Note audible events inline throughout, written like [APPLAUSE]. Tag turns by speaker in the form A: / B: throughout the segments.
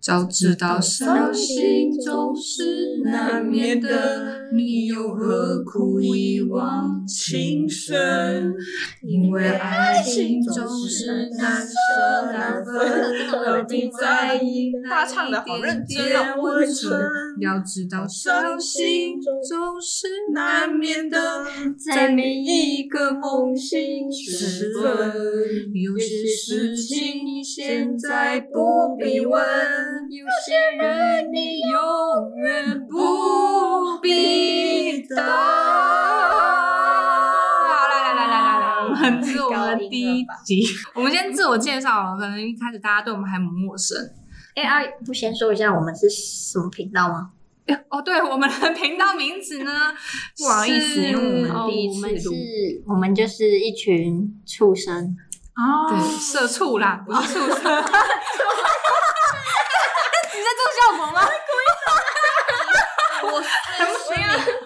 A: 早知道伤心总是难免的，你又何苦一往情深？因为爱情总是难舍难分，何必在意那一点点温存？要知道伤心总是难免的，在每一个梦醒时分。有些事情你现在不必问，有些人你永远不必等。好，来来来来来来，我们这是我们的第一集，我们先自我介绍哦了，可能一开始大家对我们还蛮陌生。
B: 哎、阿姨不先说一下我们是什么频道吗？
A: 哦，对，我们的频道名字呢？
B: 不好意思，因为我
A: 是
B: 们第一
C: 哦我
B: 次
C: 们
B: 录，我们就是一群畜生，
A: 哦对，社畜啦，不是畜生。你在做效果吗？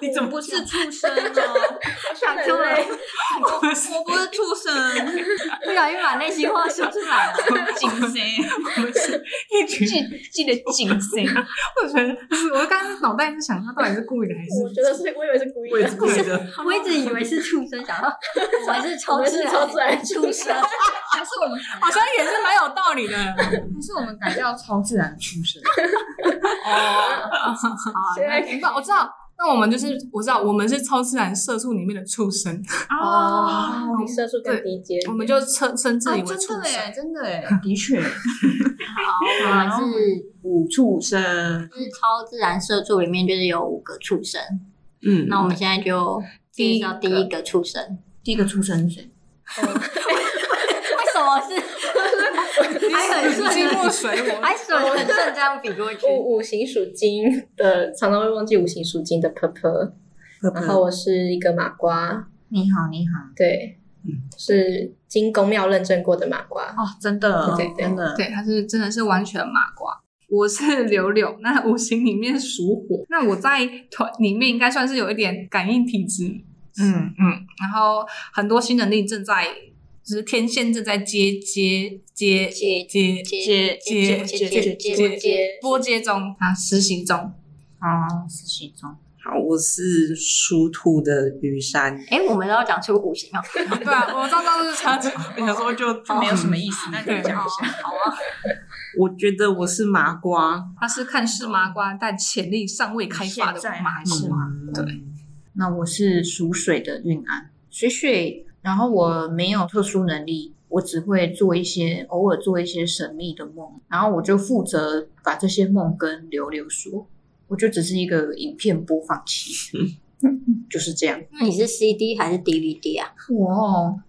C: 你怎么不是畜生哦？
A: [LAUGHS]
B: 想出来，
C: 我不是畜生，
B: 不小心把内心话说出
A: [LAUGHS]
B: 来了。
C: 警谁？
A: 一群，
C: 记得警谁？
A: 我觉得，我刚刚脑袋在想，他到底是故意的还
D: 我
A: 是？
D: 觉得是，我以为是故意的。
C: 不是的，
B: 我一直以为是畜生，想到我们是超
D: 我
B: 自
D: 是超自然
B: 畜 [LAUGHS] 生，
C: 还是我们
A: 好像也是蛮有道理的。
C: [LAUGHS] 还是我们改叫超自然畜生？
A: [LAUGHS]
D: 现在
A: 明白，我知道。那我们就是我知道，我们是超自然社畜里面的畜生，
C: 哦，
D: 比社畜更低阶，
A: 我们就称称自己为畜
C: 真的
A: 生。
C: 耶，真的耶，的确
A: 啊
B: 好，我们啊是
C: 五畜生。
B: 是超自然社畜里面就是有五个畜生，
C: 嗯
B: 那我们现在就介绍第一个畜生。
C: 第一个畜生是谁？
B: 为什么是？还很
A: 金
B: 顺，
A: 木水火，
B: 还手很顺这样比过去。
D: 五五行属金的，常常会忘记五行属金的 purple。然后我是一个麻瓜，
C: 你好，你好。
D: 对，
C: 嗯
D: 是经公庙认证过的麻瓜。
C: 哦，真的，
D: 对对对
C: 真
A: [LAUGHS]
C: 的，
A: 对，他是真的是完全麻瓜。我是柳柳，那五行里面属火，那我在团里面应该算是有一点感应体质，
C: 嗯，
A: 嗯，然后很多新能力正在，就是天线正在接接接
B: 接
A: 接接
B: 接接
A: 接接
B: 接接
A: 接
B: 接
D: 接
A: 拨接中啊，实行
B: [LAUGHS]
A: 中。
C: 哦，是其中。
E: 好，啊我是属土的雨山，
B: 哎，我们都要讲出五行哦。
A: 对啊，我上周就是常讲，
C: [LAUGHS] 我想说就
A: 嗯
C: 就没有什么意思，那
A: [LAUGHS] 对
C: 讲一下。
E: 我觉得我是麻瓜，
A: 他是看似麻瓜，但潜力尚未开发的
C: 现在
A: 麻
C: 还是
A: 瓜。
C: 吗
E: 嗯
A: 对，
C: 那我是属水的运安，水水，然后我没有特殊能力，我只会做一些偶尔做一些神秘的梦，然后我就负责把这些梦跟流流说，我就只是一个影片播放 [LAUGHS] 器，就是这样。
B: [LAUGHS] 那你是 CD 还是 DVD 啊
C: 我哦，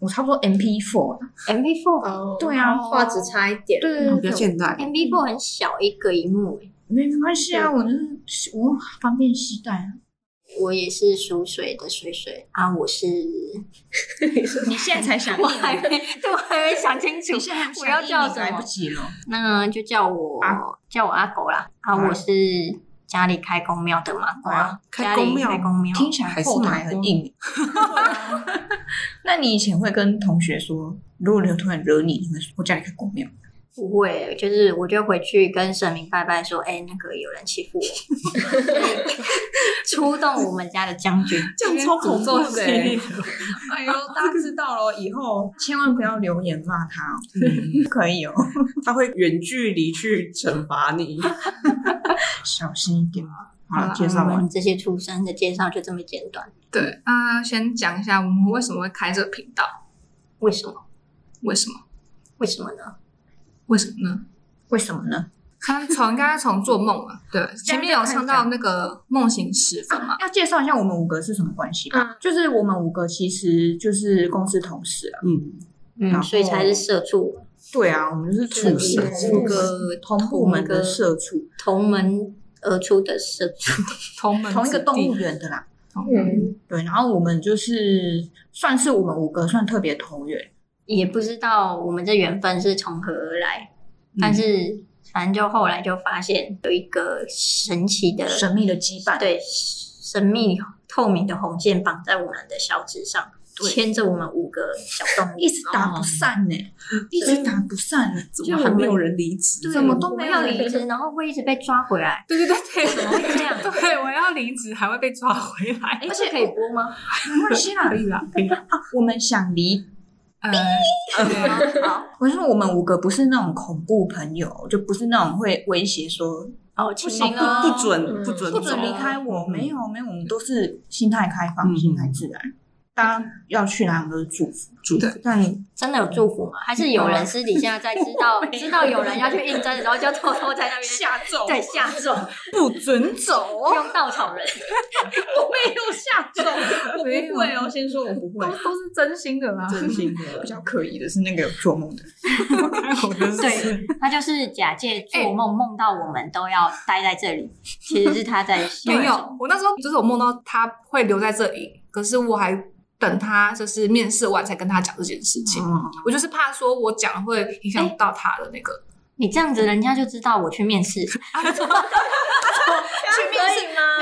C: 我差不多 MP four，
B: ？MP4
D: 哦，
C: 对啊
D: 画质差一点。
C: 对
E: 比较现代。
B: MP4 很小一个荧幕诶。
C: 没没关系啊，我就是我方便携带啊。
B: 我也是属水的水水啊，我是
C: 你现在才 [LAUGHS] 想
B: [LAUGHS]
C: 啊
B: 我还没，对我还没想清楚，我要叫什么？
C: 及了。
B: 那就叫我
C: 啊
B: 叫我阿狗啦。啊，
C: 啊
B: 我是家里开公庙的麻瓜
C: 啊，
E: 开公庙
B: 家里开公庙，啊
C: 听起来
E: 还是
C: 后台
E: 蛮
C: 很
E: 多
C: 硬。那你以前会跟同学说，如果有突然惹你，你会说我家里开公庙？
B: 不会，就是我就回去跟神明拜拜说，哎、那个有人欺负我， [LAUGHS] 出动我们家的将军。
C: 这
A: 样超恐怖的欸
C: 哎呦，大家知道了，以后千万不要留言骂他 [LAUGHS] 哦，不可以哦，
E: 他会远距离去惩罚你。
C: 小心一点。
A: 好
C: 好
A: 啦
C: 了，介绍
B: 我
C: 完
B: 们。这些出生的介绍就这么简短，
A: 对啊，先讲一下我们为什么会开这个频道，
B: 为什么？
A: 为什么？
B: 为什么呢？
A: 为什么呢？
C: 为什么呢？
A: 刚从刚刚从做梦嘛，
C: [LAUGHS]
A: 对，前面有唱到那个梦醒时分嘛，
C: 要介绍一下我们五个是什么关系吧？
D: 嗯
C: 就是我们五个其实就是公司同事啊。
E: 嗯，
C: 然
B: 嗯，
C: 后
B: 所以才是社畜
C: 对啊，我们就是
B: 同
C: 同
B: 事
C: 事，
D: 五
C: 五
B: 个
C: 个同部门
B: 同一
C: 的
B: 个
C: 社畜，
B: 同门而出的社畜。
A: 同门
C: 同一
A: 子
C: 个
A: 弟
C: 动物园的啦。
A: 同
D: 嗯，
C: 对，然后我们就是算是我们五个算特别投缘，
B: 也不知道我们这缘分是从何而来，但是反正就后来就发现有一个神啊奇的
C: 神秘的羁绊。，
B: 对神秘透明的红线绑在我们的小指上，牵着我们五个小动物，
C: 一直打不散呢、一直打不散呢、
E: 怎么还没有人离职？
B: 对，
A: 怎么都
B: [LAUGHS] 我们
A: 没有
B: 要
A: 人
B: 离 [LAUGHS] 职，然后会一直被抓回来，
A: 对对对
B: 怎
A: 对，
B: 么会这
A: [LAUGHS]
B: 样？哎
A: 对我要离职还会被抓回来，
B: 而且可以播 [LAUGHS] 吗？
C: 没关系啦
A: 可以啦，可以啦，
C: 啊，我们想离。
A: 呃，
B: 啊好，
C: 我说我们五个不是那种恐怖朋友，就不是那种会威胁说
B: [LAUGHS] 哦，不行哦，
E: 不不准
D: 嗯
E: 不准
C: 不准
E: 走
C: 离开我。
E: 嗯
C: 没有没有，我们都是心态开放、
E: 嗯
C: 心态自然。大家要去哪里都是祝福，
E: 祝福
C: 对。但
B: 真的有祝福
C: 嗯
B: 吗？还是有人私底下在知
C: [LAUGHS]
B: 道知道有人要去应征的时候，就偷偷在那边
A: 下咒
B: 对下咒，
E: 不准
B: 走用稻草人，
A: 没有下咒，我不会哦，先说我不
C: 会
A: 都都是真心的啦，
E: 真心
C: 比
E: 的，
C: 较可疑的是那个有做梦的， [LAUGHS]
E: 我的
B: 对，他就是假借做梦梦到我们都要待在这 [LAUGHS] 里，其实是他在
A: 没
B: 想
A: 有，我那时候就是我梦到他会留在这里，可是我还等他就是面试完才跟他讲这件事情。
E: 哦
C: 嗯，
A: 我就是怕说我讲会影响到他的那个，
B: 你这样子，人家就知道我去面试，
D: 去面试吗？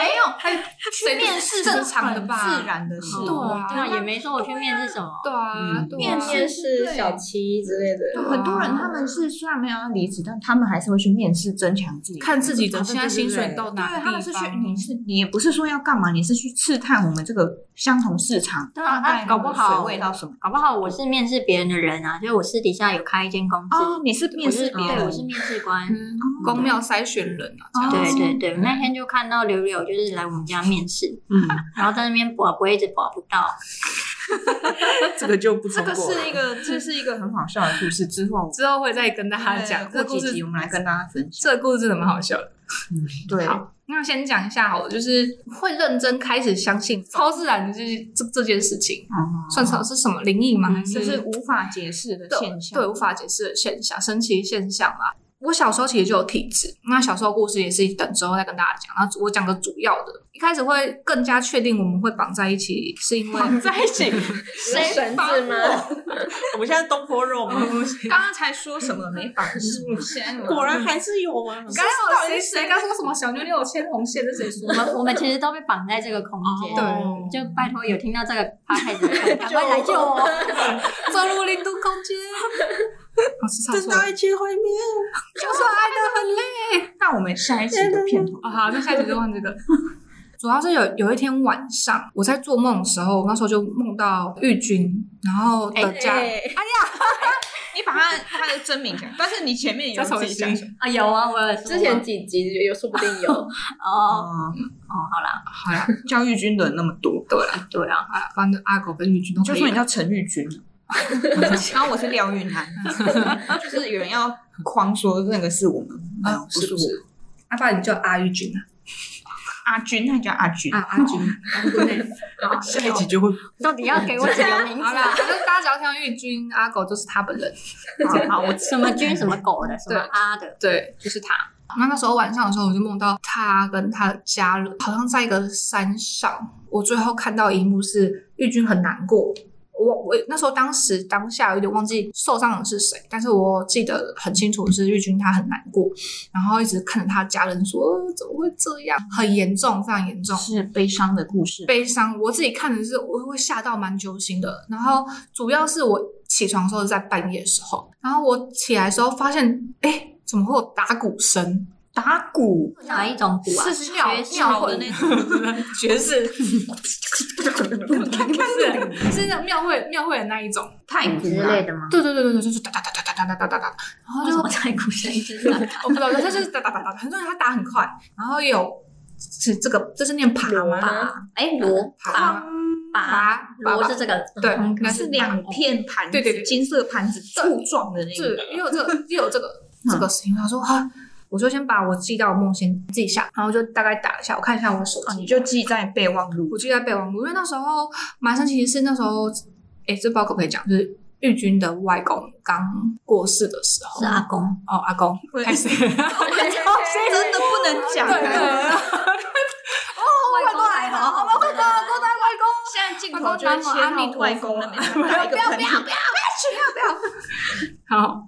A: 有，还去面试正常的吧？
C: 自然的事，
A: 对啊
B: 对啊，也没说我去面试什么，
A: 对啊，
E: 嗯
A: 对啊
D: 面面试
C: 对
D: 小七之类
C: 对
D: 的，
C: 很多人他们是虽然没有要离职，但他们还是会去面试，增强自己，
A: 看自己的现在薪水到哪
C: 啊对，
A: 个
C: 他
A: 地
C: 们是去，
A: 方
C: 你。是你也不是说要干嘛，你是去试探我们这个相同市场，
B: 对啊
C: 大概
B: 搞不好
C: 水位到什么
B: 搞不好我是面试别人的人啊，就是我私底下有开一间公司，
C: 哦，你是面试
B: 我
C: 别
B: 是对，
C: 人，嗯哦
B: 我是面试官。
A: 嗯，公庙筛选人啊，这样
B: 对
A: 子
B: 对对，那天就看到柳柳就是来我们家面试，
E: 嗯，
B: 然后在那边保不会一直保不到，
E: 这个就不
C: 这
E: 通
C: 个
E: 过了
C: 是一个这是一个很好笑的故事，之后
A: 之后会再跟大家讲
C: 过
A: 这
C: 几
A: 故事
C: 集，我们来跟大家分享。
A: 这故事真的蛮好笑的。
C: 对，
A: 好，那先讲一下好了，就是会认真开始相信超自然的这这这件事情，算超是什么灵异吗？还嗯是
C: 就是无法解释的
A: 对
C: 现象，
A: 对无法解释的现象、神奇现象啦。我小时候其实就有体质，那小时候故事也是等之后再跟大家讲。然后我讲个主要的，一开始会更加确定我们会绑在一起，是因为
E: 绑在一起。
D: 有绳
A: 绑
D: 子吗？
E: 我们现在东坡肉吗？
A: 刚刚才说什么没绑住？现 [LAUGHS] 在
E: 果然还是有啊吗？
A: 刚刚有谁谁刚说什么小妞妞有牵红线？是谁说
B: 我？们我们其实都被绑在这个空间。
A: 对
B: 就拜托有听到这个 podcast 的 [LAUGHS] 人，赶快来救我！
A: 走入零度空 [LAUGHS] 间，老师唱
E: 正
A: 哦错了，
E: 在一起会面，
A: 就说爱的很累。
C: 那我们下一集的片头
A: 哦，好，那下集就换这个。 [LAUGHS] 主要是有有一天晚上，我在做梦的时候，我那时候就梦到玉君，然后的家，
D: 哎
C: [LAUGHS] 你把他他的真名讲，但是你前面有
A: 再重
C: 自己讲
A: 新
C: 什么？
B: 啊，有啊，我有说
D: 之前几集有说不定有，
B: 哦
C: 哦，
B: 哦，好啦，
A: 好啦，
C: 教育军人那么多，对啦，
B: 对啊，
A: 好啦，反正阿狗跟玉君都
C: 就
A: 可
C: 说
A: 以
C: 你。叫陈玉啊军，然后啊我是廖玉南，就是有人要框说那个是我们，没有
A: 啊，
C: 哦不
A: 是啊
C: 是
A: 不
C: 我
A: 是？阿爸，你叫阿玉君啊？
C: 阿军，他叫阿军
A: 啊，，阿
C: [LAUGHS]
A: 君，阿君嘞。
E: 下一集就会
B: [LAUGHS] 到底要给我几个名字
A: 好啦，
B: 啊？
A: 反正大家只要听到玉君，阿狗就是他本人，
C: 好，我
B: 什么君什么狗的，什么阿的，
A: 对，就是他。那那时候晚上的时候，我就梦到他跟他的家人，好像在一个山上。我最后看到一幕是玉君很难过，我我那时候当时当下有点忘记受伤的是谁，但是我记得很清楚是玉君她很难过，然后一直看着他家人说、呃怎么会这样，很严重，非常严重。
C: 是悲伤的故事，
A: 悲伤，我自己看的是我会吓到蛮揪心的。然后主要是我起床的时候是在半夜的时候，然后我起来的时候发现，哎，怎么会有打鼓声？
C: 打鼓
B: 哪一种鼓啊？
A: 是是尿
B: 爵士
A: 尿
B: 鼓
A: 会的那
B: [LAUGHS]
A: 种 [LAUGHS] 爵士，不是是那种庙会庙会的那一种太
B: 之类 [LAUGHS] 的吗？
A: 对对对对对，就是哒哒哒哒哒哒哒哒哒哒，然后
B: 为
A: 就
B: 什么太鼓声之类的？
A: 我不知道，他就是哒哒哒哒，很多人他打很快，然后有是这个这是念爬
D: 锣
A: 吗？
D: 吗
B: 哎，锣
A: 爬
B: 把
A: 爬
B: 锣是这个，
A: 对，
B: 嗯
A: 应该是
C: 两片盘子，
A: 对对对
C: 金色盘子柱状的那
A: 是
C: 个，嗯
A: 也有这个也有这个这个声音。他说啊，我就先把我记到的梦先记下，然后就大概打一下，我看一下我手
C: 哦，
A: 机，
C: 你就记在备忘录 [LAUGHS]
A: 我，记在备忘录，因为那时候马上其实是那时候，哎，这不知道可不可以讲，就是玉军的外公刚过世的时候
B: 是，阿公，
A: 哦，阿公
C: 对
A: 开始。
C: 哦真的不能讲
A: 对对对，
C: 啊。
B: 外公来哦了，好吧，外公，阿公来，外公。
C: 现在镜
A: 头就会切到外公那边
C: 打一个喷嚏。
A: [LAUGHS] 好，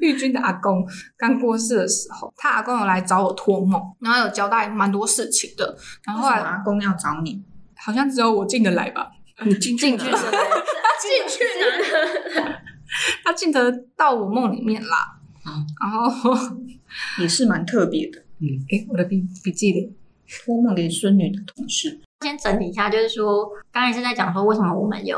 A: 玉军的阿公刚过世的时候，他阿公有来找我托梦，然后有交代蛮多事情的，然后后
B: 啊
C: 后来
A: 来
C: 阿公要找你，
A: 好像只有我进得来吧。
E: 你进去
A: 进
E: 哪
A: 去什么？
D: 进去哪？
A: 他进得到我梦里面啦。
B: 哦
E: 嗯
A: 然后， [LAUGHS]
C: 也是蛮特别的。
E: 嗯，
A: 诶，我的笔笔记里，
C: 托梦给孙女的同事，
B: 先整理一下，就是说，刚才是在讲说为什么我们有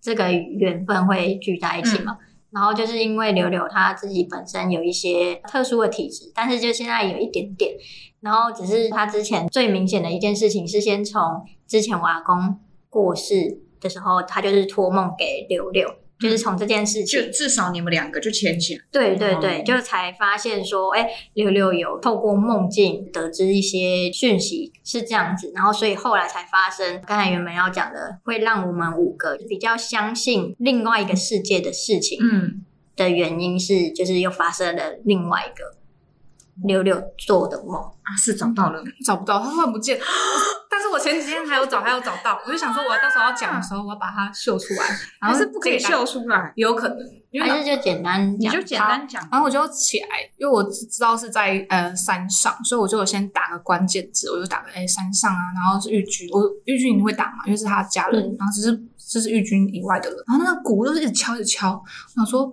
B: 这个缘分会聚在一起嘛。然后就是因为柳柳她自己本身有一些特殊的体质，但是就现在有一点点。然后只是她之前最明显的一件事情是，先从之前我阿公过世的时候，她就是托梦给柳柳，就是从这件事情
C: 就至少你们两个就牵起来。
B: 对对
A: 嗯
B: 对，
E: 哦
B: 就才发现说，哎，六六有透过梦境得知一些讯息是这样子，然后所以后来才发生刚才原本要讲的，会让我们五个比较相信另外一个世界的事情
C: 嗯，
B: 的原因是，就是又发生了另外一个六六做的梦。
C: 啊，是找到了，
A: 找不到，他突然不见。 [GASPS] 但是我前几天还有找，还有找到，我就想说，我到时候要讲的时候，我要把它秀
C: [LAUGHS]
A: 出来，然
C: 还
A: 后
C: 是不可以
A: 这个大
C: 笑，出来，
A: 有可能，因为
B: 还是就简单
C: 你
B: 讲，
C: 就简单讲。哦
A: 然后我就起来，因为我知知道是在呃山上，所以我就有先打个关键字，我就打个哎山上啊，然后是玉军，我玉军你会打嘛，因为是他的家人，
D: 嗯
A: 然后只是这是玉军以外的人，然后那个鼓就是一直敲一直敲，我想说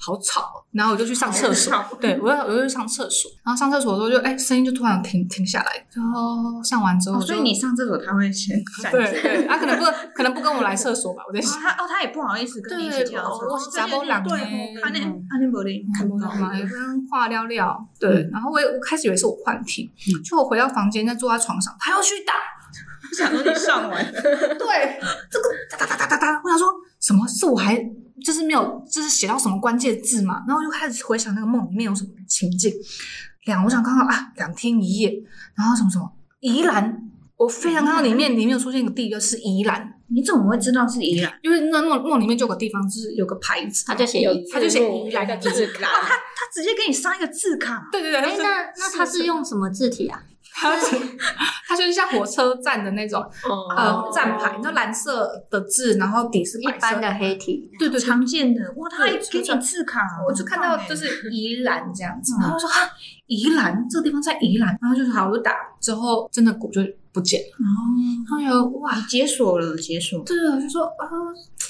A: 好吵哦，然后我就去上厕所，对我就我就去上厕所，然后上厕所的时候就哎声音就突然停停下来，然后上完之后
C: 哦，
A: 我就、
C: 所以你上厕所他会先闪
A: [LAUGHS] 对
C: 着
A: 对，他、啊可能不可能不跟我来厕所吧，我在 [LAUGHS]
C: 哦 [LAUGHS]
A: 想。
C: 他哦，他也不好意思跟你一起
A: 对
C: 跳
A: 我
C: 槽，
A: 我是查某人
C: 对
A: 呢
C: 哦，安尼安尼无你
A: 嗯看不到嘛，
C: [LAUGHS]
A: 有跟话聊聊。对，
E: 嗯
A: 然后我也我开始以为是我幻听，
E: 嗯
A: 就我回到房间，在坐在床上，他要去打，
C: 我想说你
A: [LAUGHS]
C: 上完，
A: 对，这个哒哒哒哒哒哒，我想说什么是我还就是没有就是写到什么关键字嘛，然后我就开始回想那个梦里面有什么情境，两我想看看啊，两天一夜，然后什么什么宜兰。我非常看到里面，里面有出现一个地标是宜兰，
C: 你怎么会知道是宜兰？
A: 因为那梦梦里面就有个地方，就是有个牌子，
B: 他就写
D: 有
B: 一
A: 他就写
D: 一
A: 宜兰
D: 个字卡，
C: 他直接给你上一个字卡，
A: 对对对，
B: 哎
A: 它，是
B: 那那他是用什么字体啊？
A: 它是它就是像火车站的那种，呃
D: 哦，
A: 站牌，你知道蓝色的字，然后底是
B: 一
A: 白色
B: 般，的黑体，
A: 对对对。
C: 常见的哇，他还
A: 对
C: 给你字卡，欸
A: 我就看到就是是宜兰这样子，
C: 嗯
A: 然后我说啊，宜兰这个地方在宜兰，然后就是好，我就打之后，真的鼓就不见了，
C: 哦，
A: 然后觉得哇，
C: 你解锁了，解锁。
A: 对，我就说啊，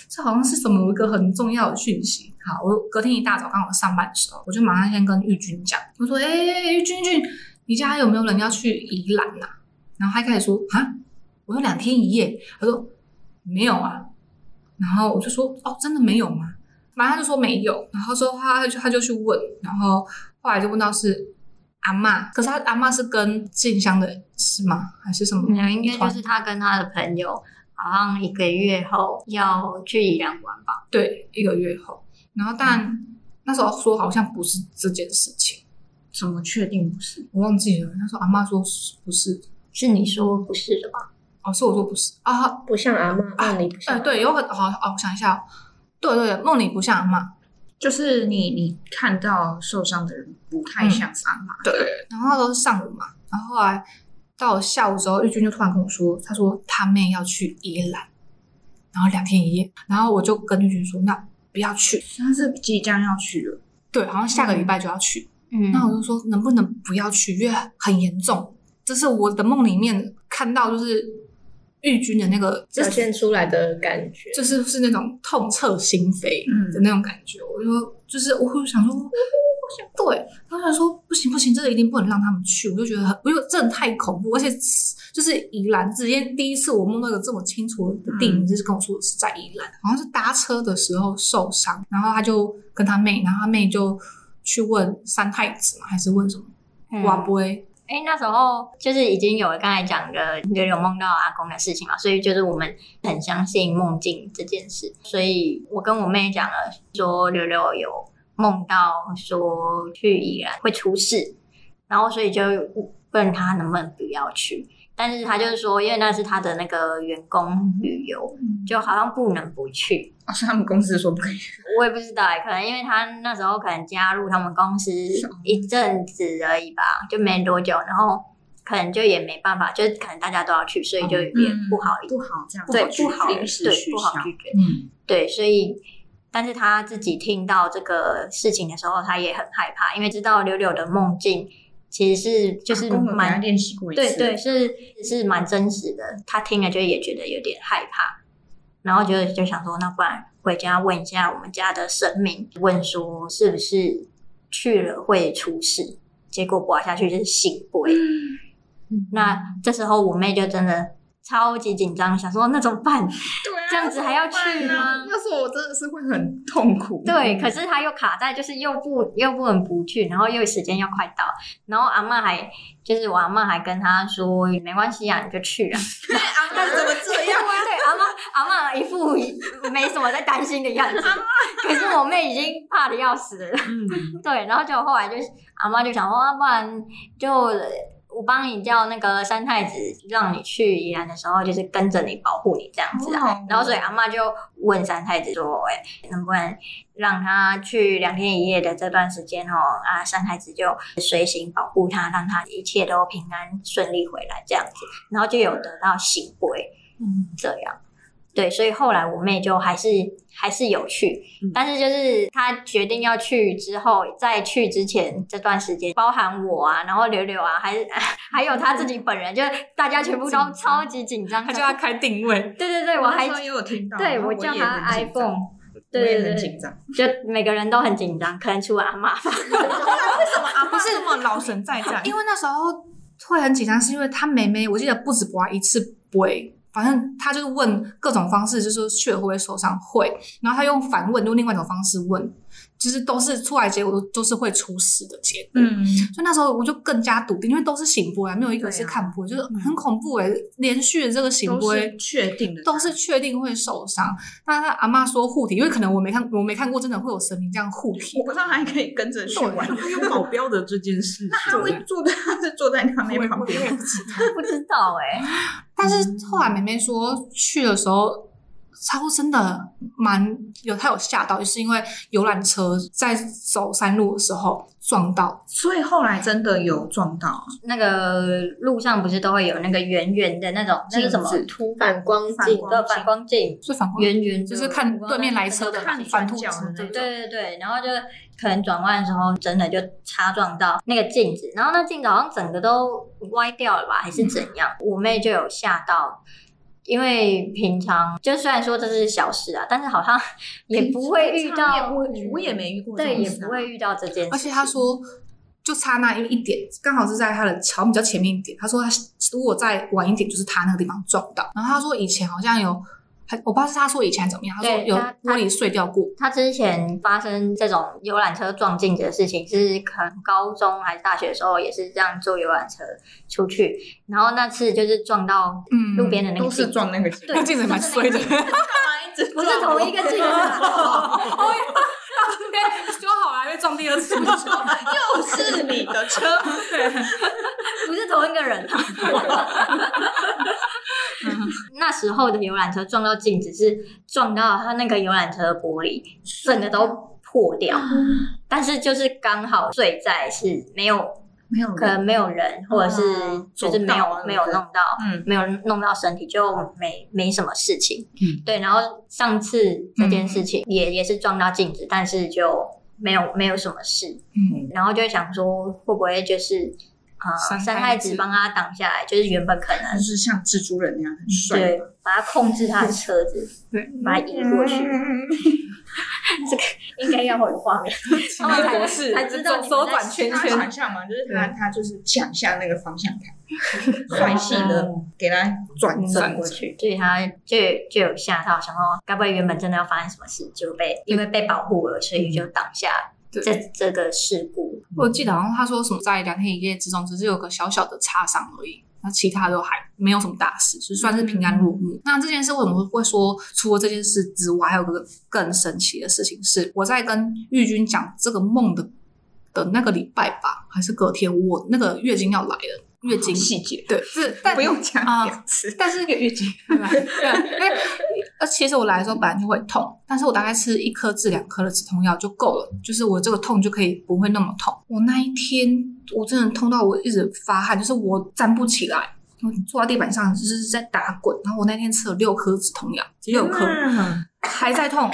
A: 这好像是什么一个很重要的讯息。好，我隔天一大早刚好上班的时候，我就马上先跟玉君讲，我说：“哎、玉君玉君，你家有没有人要去宜兰呐、然后他一开始说：“啊，我说两天一夜。”他说：“没有啊。”然后我就说：“哦，真的没有吗？”马上就说没有。然后之后他就他就去问，然后后来就问到是阿嬷，可是他阿嬷是跟静香的是吗？还是什么？
B: 嗯，应该就是他跟他的朋友，好像一个月后要去宜兰玩吧。
A: 对，一个月后。然后但、那时候说好像不是这件事情，
C: 怎么确定不是？
A: 我忘记了。那时候阿妈说是不是，
B: 是你说不是的吧？
A: 哦，是我说不是啊，
D: 不像阿妈，那你不
A: 哎、
D: 像。
A: 对，有可能，好、哦，我想一下哦，对对对，梦里不像阿妈，
C: 就是你你看到受伤的人不太像是阿妈，
A: 嗯对对对。然后那时候是上午嘛，然后后来到了下午之后，玉君就突然跟我说，他说他妹要去宜兰，然后两天一夜，然后我就跟玉君说，那不要去，
C: 他是即将要去了。
A: 对，好像下个礼拜就要去，
B: 嗯
A: 那我就说能不能不要去，因为很严重。这是我的梦里面看到，就是玉军的那个，就是
D: 表现出来的感觉，
A: 就是是那种痛彻心扉
C: 嗯
A: 的那种感觉。我就就是我会想说，对，然后他说不行不行，这个一定不能让他们去。我就觉得很，我就真的太恐怖，而且就是宜兰，之前第一次我梦到有这么清楚的地名，就是跟我说是在宜兰，好像是搭车的时候受伤，然后他就跟他妹，然后他妹就去问三太子嘛，还是问什么？哇
B: 嗯
A: 不会，
B: 哎、那时候就是已经有刚才讲的有有梦到阿公的事情嘛，所以就是我们很相信梦境这件事，所以我跟我妹讲了，说六六有梦到说去宜兰会出事，然后所以就问他能不能不要去，但是他就是说，因为那是他的那个员工旅游，就好像不能不去，
C: 哦，是他们公司说不可以。
B: 我也不知道欸，可能因为他那时候可能加入他们公司一阵子而已吧，就没多久，然后可能就也没办法，就是可能大家都要去，所以就也
E: 嗯
B: 不好，
C: 不好这样，
B: 对
C: 去
B: 不好
C: 临时
B: 对
C: 取
B: 不
C: 消
B: 好。拒绝，
C: 嗯，
B: 对，所以但是他自己听到这个事情的时候，他也很害怕，因为知道柳柳的梦境其实是
E: 啊
B: 就是
C: 跟我们给他
B: 蛮
C: 练习过一次，
B: 对对，是是蛮真实的，他听了就也觉得有点害怕。然后就就想说，那不然回家问一下我们家的神明，问说是不是去了会出事。结果刮下去就是醒鬼。
A: 嗯
B: 那这时候我妹就真的超级紧张，想说那怎么办？
A: 对啊
B: 这样子还要去吗
A: 要是我真的是会很痛苦。
B: 对，可是他又卡在，就是又不又不能不去，然后又时间要快到，然后阿嬷还就是我阿嬷还跟他说没关系啊，你就去啊。
A: [LAUGHS] 阿妈怎么这样？
B: [LAUGHS] 对，阿嬷阿嬷一副没什么在担心的
A: [LAUGHS]
B: 样子，可是我妹已经怕的要死了。 [LAUGHS]
E: 嗯
B: 对，然后就后来就是阿妈就想说，啊、不然就我帮你叫那个三太子，让你去宜兰的时候，就是跟着你保护你这样子啊。
A: 哦
B: 然后所以阿妈就问三太子说，哎、能不能让他去两天一夜的这段时间哦？啊，三太子就随行保护他，让他一切都平安顺利回来这样子。然后就有得到醒归，嗯，这样。对，所以后来我妹就还是还是有去，
E: 嗯
B: 但是就是她决定要去之后，在去之前这段时间，包含我啊，然后柳柳啊，还 [LAUGHS] 还有她自己本人，就是大家全部都超级紧张。
E: 他就要开定位，
B: 对对对，我还
A: 那时候也有听到，
B: 对
A: 然后
B: 我
A: 我
B: 叫
A: 也
B: 她
A: 很紧张
B: iPhone，
A: 我也
B: 对对
A: 很
B: 对，
A: 紧张。
B: 就每个人都很紧张，可能除了阿妈，
A: 为什么阿妈
E: 不是那么老神在在，
A: 因为那时候会很紧张，是因为他妹妹，我记得不止拔一次杯，反正他就是问各种方式，就是说血会不会受伤，会，然后他用反问，用另外一种方式问，就是都是出来结果都都是会出事的结果。
E: 嗯，
A: 所以那时候我就更加笃定，因为都是醒波啊，没有一个是看波，就是很恐怖诶、连续的这个醒波。
E: 啊确定的
A: 都是确定会受伤。那他阿妈说护体，因为可能我没看，我没看过，真的会有神明这样护体
E: 我。不知道还可以跟着去玩，他有保镖的这件事情，
A: 他会
E: 坐在他是坐在他妹旁边，
B: 不知道哎、
A: 但是后来妹妹说去的时候，超真的蛮有，她有吓到，就是因为游览车在走山路的时候撞到，
E: 所以后来真的有撞到，
B: 那个路上不是都会有那个圆圆的那种，那是什么？
D: 突反光
E: 反
D: 镜
E: 光，
B: 的反光镜，
A: 就反光，
B: 圆圆的，
A: 就是看对面来车的
E: 看
A: 反突车
E: 转角的那种
B: 对对对，然后就可能转弯的时候真的就擦撞到那个镜子，然后那镜子好像整个都歪掉了吧，还是怎样？我妹就有吓到，因为平常就虽然说这是小事啊，但是好像 [LAUGHS] 也不会遇到，
E: 啊我我也没遇过，
B: 哦对，也
C: 啊
B: 不会遇到这件事。
A: 而且她说。就差那一一点，刚好是在她的桥比较前面一点。她说她如果再晚一点，就是她那个地方撞到。然后她说以前好像有，还我不知道是她说以前还是怎么样，她说
B: 对
A: 有
B: 她
A: 玻璃碎掉过，
B: 他之前发生这种游览车撞镜子的事情，是可能高中还是大学的时候，也是这样坐游览车出去，然后那次就是撞到
A: 嗯，[LAUGHS]
B: 路边的那个
E: 都
B: 镜子，
E: 是撞那个镜，
A: 那镜子蛮衰的，
B: 不是同啊一个镜子 [LAUGHS] 啊，
A: 修好了还被撞第
B: [LAUGHS]
A: 二次，
E: 都是你的车，
B: 不是同一个人、 [LAUGHS] 啊。嗯那时候的游览车撞到镜子是撞到他那个游览车的玻璃，整个都破掉，但是就是刚好睡在是没有
E: 没有
B: 可能没有人，或者是就是没有、
E: 走道啊
B: 没有弄嗯到，
E: 嗯
B: 没有弄到身体，就没没什么事情。
E: 嗯
B: 对，然后上次这件事情也、也是撞到镜子，但是就没有没有什么事，
E: 嗯，
B: 然后就会想说会不会就是
A: 三
B: 呃
A: 太子
B: 三太子帮他挡下来，就是原本可能
E: 就是像蜘蛛人那样很帅，
B: 嗯对把他控制他的车子，
A: 嗯
B: 把他移过去。
C: 嗯
E: 嗯
B: 这个应该要会有画面， [LAUGHS] 他们才才知道你们在
A: 手转圈
E: 他
A: 圈，
E: 想象嘛，就是他他就是抢下那个方向盘，帅气的给他转
B: 转
E: 正
B: 过。去，所以他就就有吓到，想说该不会原本真的要发生什么事，就被因为被保护了，所以就挡下
A: 对
B: 这这个事故。
E: 嗯
A: 我记得好像他说什么在两天一夜之中，只是有个小小的擦伤而已，那其他都还没有什么大事，就算是平安落幕。
E: 嗯
A: 那这件事为什么会说，除了这件事之外，还有个更神奇的事情是，我在跟玉君讲这个梦的的那个礼拜吧，还是隔天，我那个月经要来了，月经
E: 细节
A: 对是，但
E: 不用讲
A: 啊
E: 两次，
A: 但是月经，对，啊因为呃，其实我来的时候本来就会痛，但是我大概吃一颗至两颗的止痛药就够了，就是我这个痛就可以不会那么痛。我那一天我真的痛到我一直发汗，就是我站不起来，我坐在地板上就是在打滚。然后我那天吃了六颗止痛药，六颗
E: 嗯
A: 还在痛，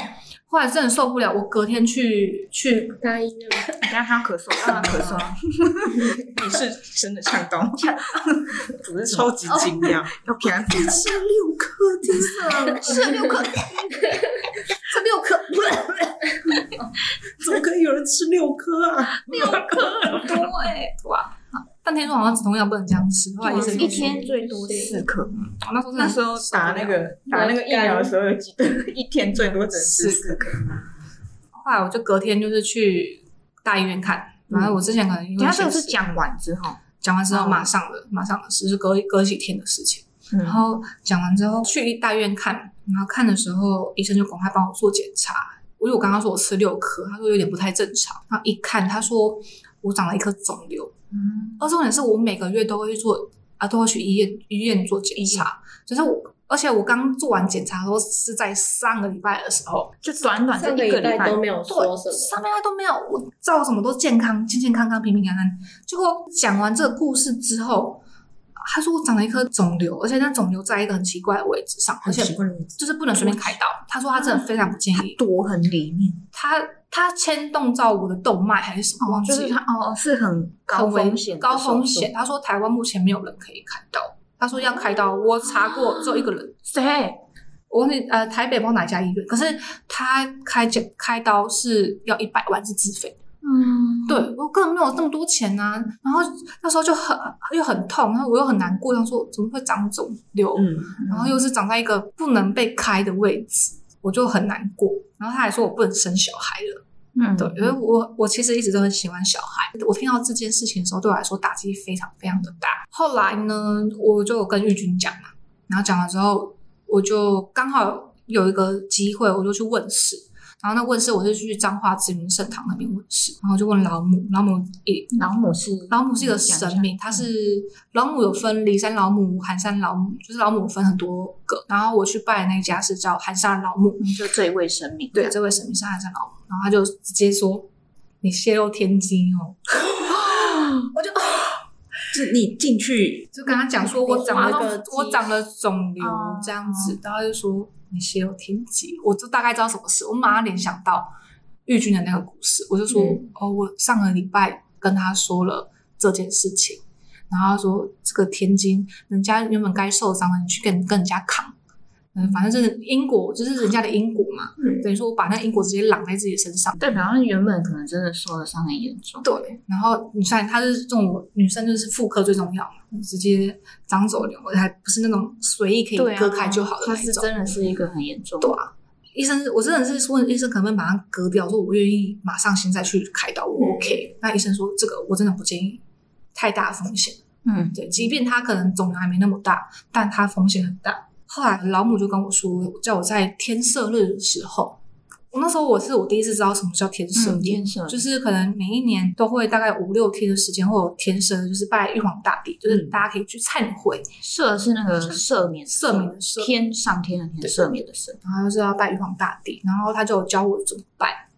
A: 后来真的受不了，我隔天去去
D: 大一那个
E: 等一下他咳嗽，他咳嗽，你哦是真的呛到，我是超级惊讶，要给他吃六颗，天上
B: 是
A: [LAUGHS]
B: 六颗，
E: 这六颗，怎么可以有人吃六颗啊？
B: 六颗很多哎，哇！
A: 但听说好像止痛药不能这样吃，后来医生
B: 一天最多
A: 四
B: 是，
A: 颗，嗯我那时候真的
E: 那时候打那个打那个疫苗的时候，有记得一天最多只能吃四颗。
A: 后来我就隔天就是去大医院看，然后我之前可能因为
E: 嗯等下这个
A: 闲
E: 是
A: 事
E: 讲完之后，
A: 讲完之后马上的马上的事，是隔隔几天的事情。
E: 然
A: 然后讲完之后去大医院看，然后看的时候医生就赶快帮我做检查，因为我刚刚说我吃六颗，他说有点不太正常，然后一看他说我长了一颗肿瘤，
E: 嗯，
A: 而重点是我每个月都会去做啊，都会去医院医院做检查，就是我。而且我刚做完检查的时候是在上个礼拜的时候，
E: 就短短的
D: 上个
E: 一个
D: 礼
E: 礼
D: 拜
E: 拜
D: 都，没有说什
A: 对，
D: 么，
A: 上面都没有，我照什么都健康、健健康康、平平安安。结果讲完这个故事之后，他说我长了一颗肿瘤，而且那肿瘤在一个很奇怪的位置上，而
C: 很
A: 且
C: 奇怪的位置
A: 就是不能随便开刀。他说他真的非常不建议，
C: 躲很里面，
A: 他他牵动到我的动脉还是什么，忘记
E: 就是它
A: 了，
E: 哦，是很高
A: 很危
E: 风险，
A: 高风险。。他说台湾目前没有人可以开刀，他说要开刀，我查过只有一个人，
E: 啊谁？
A: 我忘记呃台北不知道哪一家医院，可是他开检开刀是要一百万是自费。
E: 嗯，
A: 对我根本没有这么多钱呐、然后那时候就很又很痛，然后我又很难过，想说怎么会长肿瘤，
C: 嗯，
A: 然后又是长在一个不能被开的位置，我就很难过。然后他还说我不能生小孩了，
E: 嗯，
A: 对，因为我我其实一直都很喜欢小孩，我听到这件事情的时候，对我来说打击非常非常的大。后来呢，我就有跟玉君讲嘛，然后讲了之后，我就刚好有一个机会，我就去问事。然后那问事，我是去彰化慈云圣堂那边问事，然后就问老母，老母也
C: 老母是
A: 老母是一
E: 嗯
A: 个神明，它是老母有分骊山老母、寒山老母，就是老母分很多个。然后我去拜的那家是叫寒山老母，
C: 就这一位神明，
A: 对，这位神明是寒山老母，然后他就直接说你泄露天机哦，
E: 是你进去，
A: 就跟他讲说我长
D: 你划了
A: 了
D: 个
A: 我长了肿瘤
E: 哦
A: 这样子，然后他就说你泄露天机，我就大概知道什么事，我马上联想到玉君的那个故事，我就说、
D: 嗯
A: 哦，我上个礼拜跟他说了这件事情。然后他说这个天津，人家原本该受伤的，你去跟跟人家扛，嗯，反正就是因果，就是人家的因果嘛，
E: 嗯
A: 等于说我把那个因果直接揽在自己身上。
C: 代表他原本可能真的受的伤很严重，
A: 对，然后你算她是这种女生，就是妇科最重要嘛，直接长肿瘤，还不是那种随意可以割开就好的
C: 他
A: 那一
C: 啊是
A: 种。
C: 真的是一个很严重，对啊，
A: 医生，我真的是问医生，可不可以把它割掉？说我愿意马上现在去开刀，
C: 嗯
A: 我 OK。那医生说这个我真的不建议，太大风险。
C: 嗯，
A: 对，即便它可能肿瘤还没那么大，但它风险很大。后来老母就跟我说，叫我在天赦日的时候，我那时候我是我第一次知道什么叫天赦日，
C: 嗯天赦日
A: 就是可能每一年都会大概五六天的时间会有天赦日，就是拜玉皇大帝，就是
C: 嗯
A: 大家可以去忏悔，
C: 赦是那个赦免的
A: 赦免的赦
C: 天上天的天，
A: 对
C: 赦免的赦，
A: 然后就是要拜玉皇大帝，然后他就有教我怎么拜。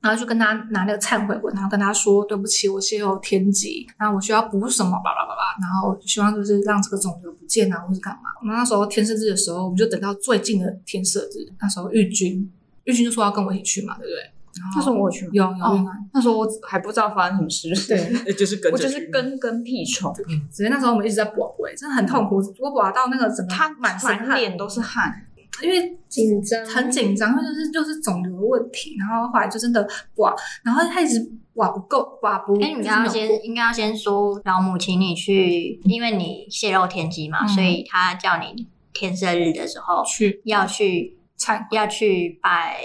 A: 然后就跟他拿那个忏悔文，然后跟他说：“对不起，我泄露天机，然后我需要补什么，巴拉巴拉。然后希望就是让这个肿瘤不见啊，或是干嘛。”然后那时候天赦日的时候，我们就等到最近的天赦日，那时候玉君，玉君就说要跟我一起去嘛，对不对？然后
C: 那时候我有去吗
A: 有有
C: 哦
A: 有、啊，
C: 那时候我还不知道发生什么事，对，
E: 那 [LAUGHS] 就是跟
C: 我
E: 着去
C: 就是跟跟屁虫，
A: 只是那时候我们一直在拔位，真的很痛苦，我拔到那个整个
C: 嗯他
A: 满身
C: 满
A: 汗，嗯
C: 脸都是汗，
A: 因为
D: 紧张
A: 很紧张，就是就是肿瘤的问题，然后后来就真的哇，然后他一直哇不够，哇不，
B: 哎，你刚刚
A: 就是没有过
B: 先应该要先说老母请你去，因为你泄露天机嘛，
A: 嗯
B: 所以他叫你天赦日的时候
A: 去
B: 要去
A: 忏
B: 要去拜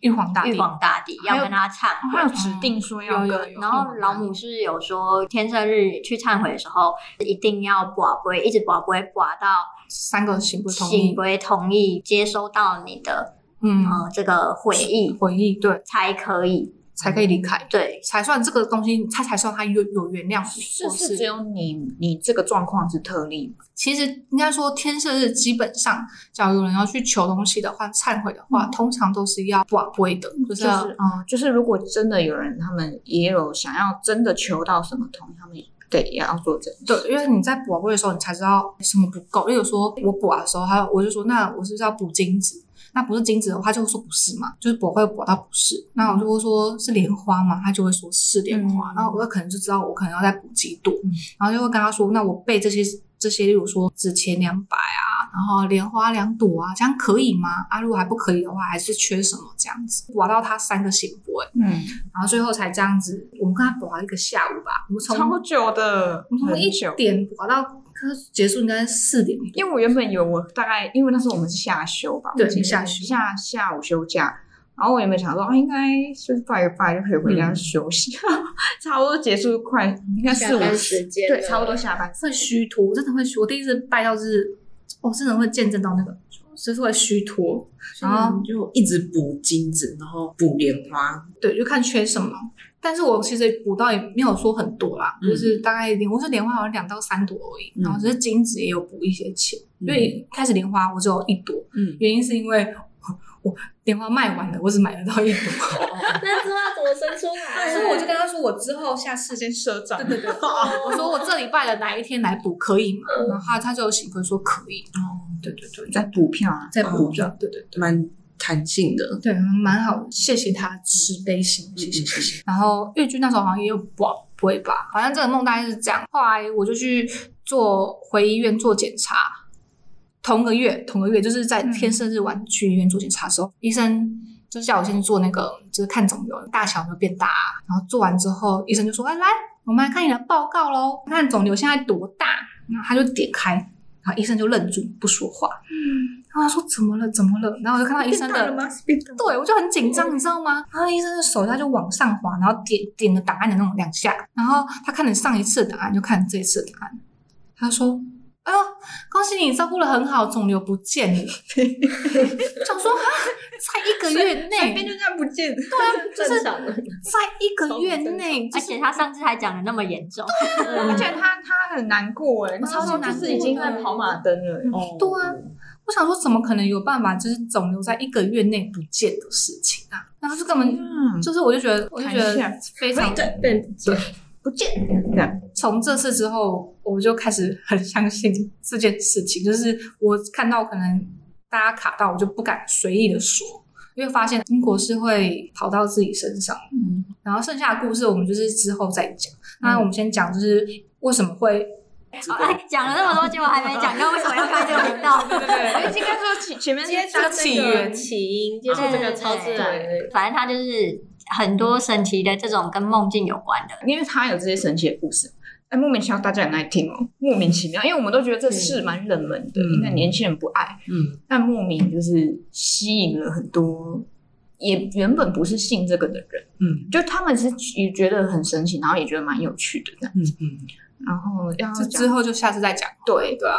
A: 玉皇大帝，
B: 玉皇大帝，
C: 还有
B: 要跟他忏
C: 他有
B: 悔。
C: 指定说要
A: 有有
C: 跟
A: 有
B: 然后老母是有说，天赦日去忏悔的时候，一定要卜龟，一直卜龟卜到
A: 三个行不通
B: 醒龟同意接收到你的
A: 嗯，
B: 呃这个回忆，
A: 回忆对，
B: 才可以
A: 才可以离开，
B: 对
A: 才算这个东西，他才算他有有原谅你，
C: 是
A: 或
C: 是只有你你这个状况是特例吗，
A: 其实应该说天赦日基本上，假如有人要去求东西的话，忏悔的话，通常都是要瓦龟的，就是
C: 就是
A: 要
C: 嗯，就是如果真的有人他们也有想要真的求到什么东西，他们对也要做这个，
A: 对，因为你在补位的时候，你才知道什么不够。例如说，我补啊的时候，他我就说，那我是不是要补精子？那不是精子的话，他就会说不是嘛，就是补会补到不是。那我就会说是莲花嘛，他就会说是莲花。
C: 嗯
A: 然后我可能就知道我可能要再补几朵，然后就会跟他说，那我背这些这些，例如说纸钱两百啊，然后莲花两朵啊，这样可以吗？啊，如果还不可以的话，还是缺什么这样子，挖到他三个醒波、欸，
F: 嗯，
A: 然后最后才这样子，我们跟他玩了一个下午吧，我们从
C: 超久的，
A: 我们从
C: 很
A: 一
C: 久。
A: 点玩到结束应该是四点多，
C: 因为我原本以为我大概，因为那时候我们是夏休吧，
A: 对
C: 我们
A: 下休
C: 下下午休假，然后我原本想说，哦，应该就是拜一拜就可以回
A: 嗯
C: 家休息， [LAUGHS] 差不多结束快应该四
D: 下
C: 五
D: 班时间
C: 对，
D: 了
C: 差不多下班
A: 会虚脱，我真的会虚。我第一次拜到就是，我、真的会见证到那个，就是会虚脱。然后
E: 就一直补金子，然后补莲花，
A: 对，就看缺什么。但是我其实补到也没有说很多啦，
E: 嗯
A: 就是大概莲，我是莲花好像两到三朵而已，
E: 嗯
A: 然后只是金子也有补一些钱，因
E: 嗯
A: 为一开始莲花我只有一朵，
E: 嗯
A: 原因是因为我我莲花卖完了，我只买得到一朵，
D: 那知道怎么生出
A: [LAUGHS]
D: 来，
A: 所以我就跟他说，我之后下次先赊账。对对对，我说我这礼拜的哪一天来补可以吗？然后他他就有醒哥说可以，嗯哦，对对对，
C: 在补票啊，
A: 再补
E: 哦
A: 票，对对对。
E: 蛮弹性的。
A: 对，蛮好，谢谢他慈悲心，谢谢谢谢。然后越剧那时候好像也有不不会吧，反正这个梦大概是这样。后来我就去做回医院做检查，同个月同个月就是在
F: 嗯
A: 天赦日晚去医院做检查的时候，医生。就叫我先去做那个，就是看肿瘤大小有没有变大啊、然后做完之后，医生就说：“哎，来，我们来看你的报告喽，看肿瘤现在多大。”然后他就点开，然后医生就愣住不说话。嗯，然后他说：“怎么了？怎么了？”然后我就看到医生
F: 变大
A: 的
F: 了吗？是变大了
A: 对，我就很紧张，你知道吗？然后医生的手他就往上滑，然后点点了档案的那种两下，然后他看了上一次的档案，就看了这一次的档案，他说：“哎呦，恭喜你照顾的很好，肿瘤不见了。”想说啊，在一个月
F: 随便
A: 内，
F: 就这样不见，
A: 对啊，就
D: 正
A: 是
D: 常的，
A: 在一个月内，
B: 而
A: 就是
B: 且他上次还讲的那么严重，
C: 而且他他很难过哎，
A: 我
C: 那时
A: 超级
C: 候就
A: 难
C: 是已
A: 过
C: 经
A: 的
C: 在跑马灯了欸，
E: 哦
A: 对啊，我想说，怎么可能有办法就是肿瘤在一个月内不见的事情啊？然后就根本
C: 嗯，
A: 就是，我就觉得，我就觉
C: 看一下
A: 得非常
D: 对，
C: 不见这样，
A: 从这次之后，我就开始很相信这件事情，就是我看到可能大家卡到，我就不敢随意的说，因为发现因果是会跑到自己身上。嗯，然后剩下的故事我们就是之后再讲。那我们先讲就是为什么会
B: [LAUGHS] 哎，讲了那么多，结果还没讲到为什么要开这个频道。 [LAUGHS]
C: 哎应该说前前面
D: 接触
C: 这个
D: 这个起因，接触这个超自然的，
B: 反正他就是很多神奇的这种跟梦境有关的。
C: 因为他有这些神奇的故事，哎，莫名其妙大家很爱听哦，莫名其妙，因为我们都觉得这事蛮冷门的，
E: 嗯
C: 应该年轻人不爱，
E: 嗯，
C: 但莫名就是吸引了很多。也原本不是信这个的人，
E: 嗯，
C: 就他们是也觉得很神奇，然后也觉得蛮有趣的这样。
E: 嗯嗯，
C: 然后要
A: 这
C: 讲
A: 之后就下次再讲。对对啊，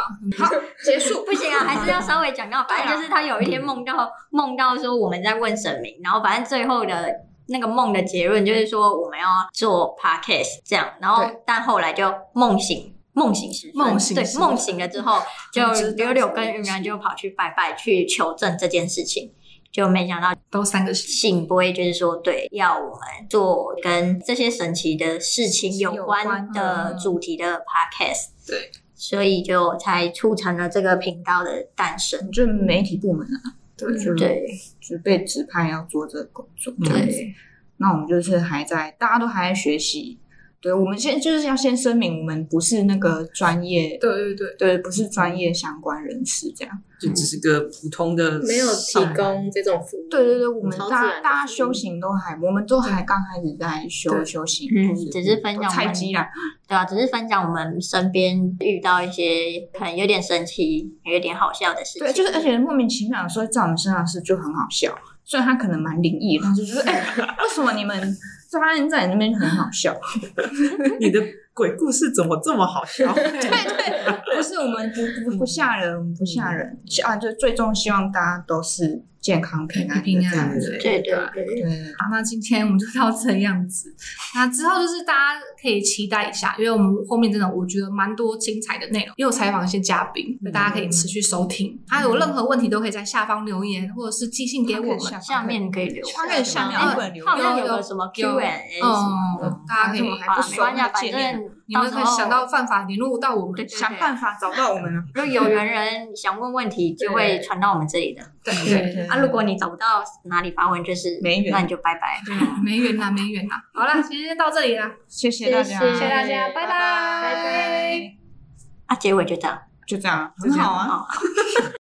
B: 结束不行啊，还是要稍微讲到。反正就是他有一天梦到梦到说我们在问神明，然后反正最后的那个梦的结论就是说我们要做 podcast 这样，然后
A: 对
B: 但后来就梦醒。梦醒时分，
A: 梦醒
B: 对
A: 时分
B: 梦醒了之后，就柳柳跟云然就跑去拜拜去求证这件事情，就没想到
A: 都三个星
B: 醒波就是说，对，要我们做跟这些神奇的事情有关的主题的 podcast，
A: 嗯对，
B: 所以就才促成了这个频道的诞生。
C: 就媒体部门啊，
A: 对
C: 就
B: 对，
C: 就被指派要做这个工作。这样子
B: 对，
C: 那我们就是还在，大家都还在学习。对，我们先就是要先声明，我们不是那个专业，
A: 对对对，
C: 对，不是专业相关人士这样。
E: 就只是个普通的，
D: 啊没有提。供这种服务，
C: 对对对，我们
D: 超自然
C: 大
D: 的
C: 家大家修行都还，我们都还刚开始在修
E: 对
C: 修行，
B: 嗯
C: 或，
B: 只是分享我
C: 菜
B: 们
C: 鸡啦，
B: 对啊，只是分享我们身边遇到一些可能有点神奇、有点好笑的事情。
C: 对，就是呃而且莫名其妙，所以在我们身上是就很好笑。虽然他可能蛮灵异，但是就是哎、为什么你们发现在你那边很好笑？
E: 你的鬼故事怎么这么好
C: [LAUGHS]
E: 笑？
C: 不是我们不不不吓人，我们不吓人
A: 嗯
C: 啊！就最终希望大家都是健康平安的
A: 平
C: 这样
A: 安
C: 子
A: 对
B: 对对对，
C: 对，
A: 好，那今天我们就到这样子。那之后就是大家可以期待一下，因为我们后面真的我觉得蛮多精彩的内容，也有采访一些嘉宾，
B: 嗯
A: 所以大家可以持续收听。还有任何问题都可以在下方留言，或者是寄信给我们。嗯
B: 下面你可以留，
C: 他可以下面
B: 哎
C: 有本留
B: 好像有
A: 有
B: 个什么
A: 有
B: Q&A 什么的。
A: 嗯，大家可以
C: 我还不
B: 好啦，没
C: 熟
B: 关系啊，反
C: 见面，
B: 正
A: 你
B: 到
A: 们
B: 时
A: 可以
B: 候
A: 想到办法联络到我们
B: 对。对
C: 想办法找到我们了。
B: 如果有缘人想问问题，就会传到我们这里的。
A: 对
C: 对对
B: 啊，如果你找不到哪里发问，就是
C: 嗯没缘嗯
B: 那你就拜拜。
A: 没缘呐，没缘呐。好啦，今天先到这里啦，
C: 谢谢大家，
D: 谢谢大家拜
A: 拜
D: 拜
A: 拜
D: 拜
B: 啊，结尾就这样。
C: 就这样，很好啊。